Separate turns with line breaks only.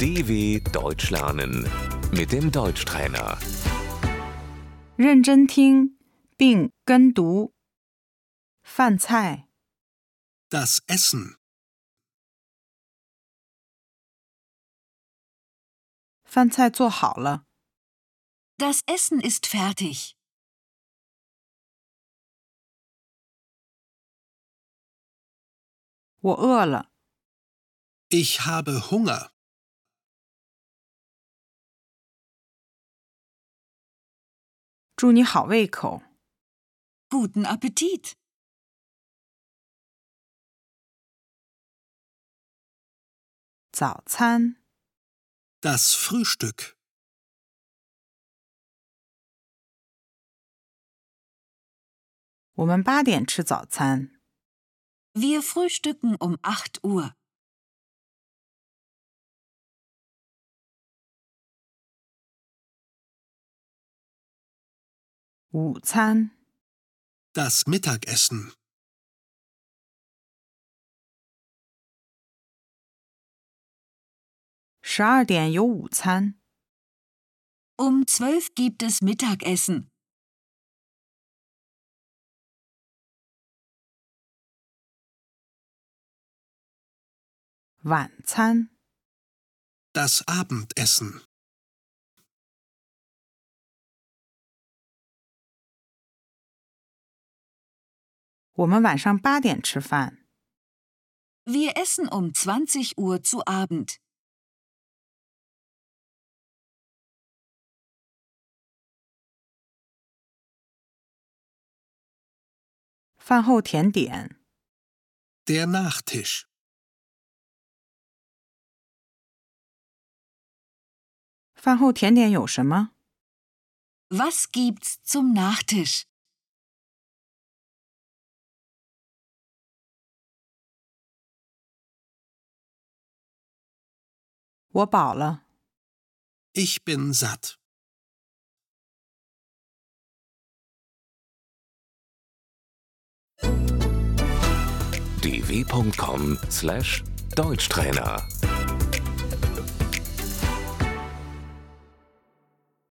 DW Deutsch lernen mit dem Deutschtrainer.
认真听并跟读。饭菜、
Das Essen,
饭菜做好了，
Das Essen ist fertig.
我饿了。
ich habe Hunger,
祝你好胃口。
Guten Appetit.
早餐、
das Frühstück,
我们八点吃早餐。
Wir frühstücken um 8 Uhr.
午餐、
das Mittagessen,
十二点有午餐。
Um 12 gibt es Mittagessen.
晚餐、
das Abendessen.
我们晚上八点吃饭。
Wir essen um 20 Uhr zu Abend.
饭后甜点、
Der Nachtisch,
饭后甜点有什么？
Was gibt's zum Nachtisch?
«我饱了，
ich bin satt.
dw.com/deutschtrainer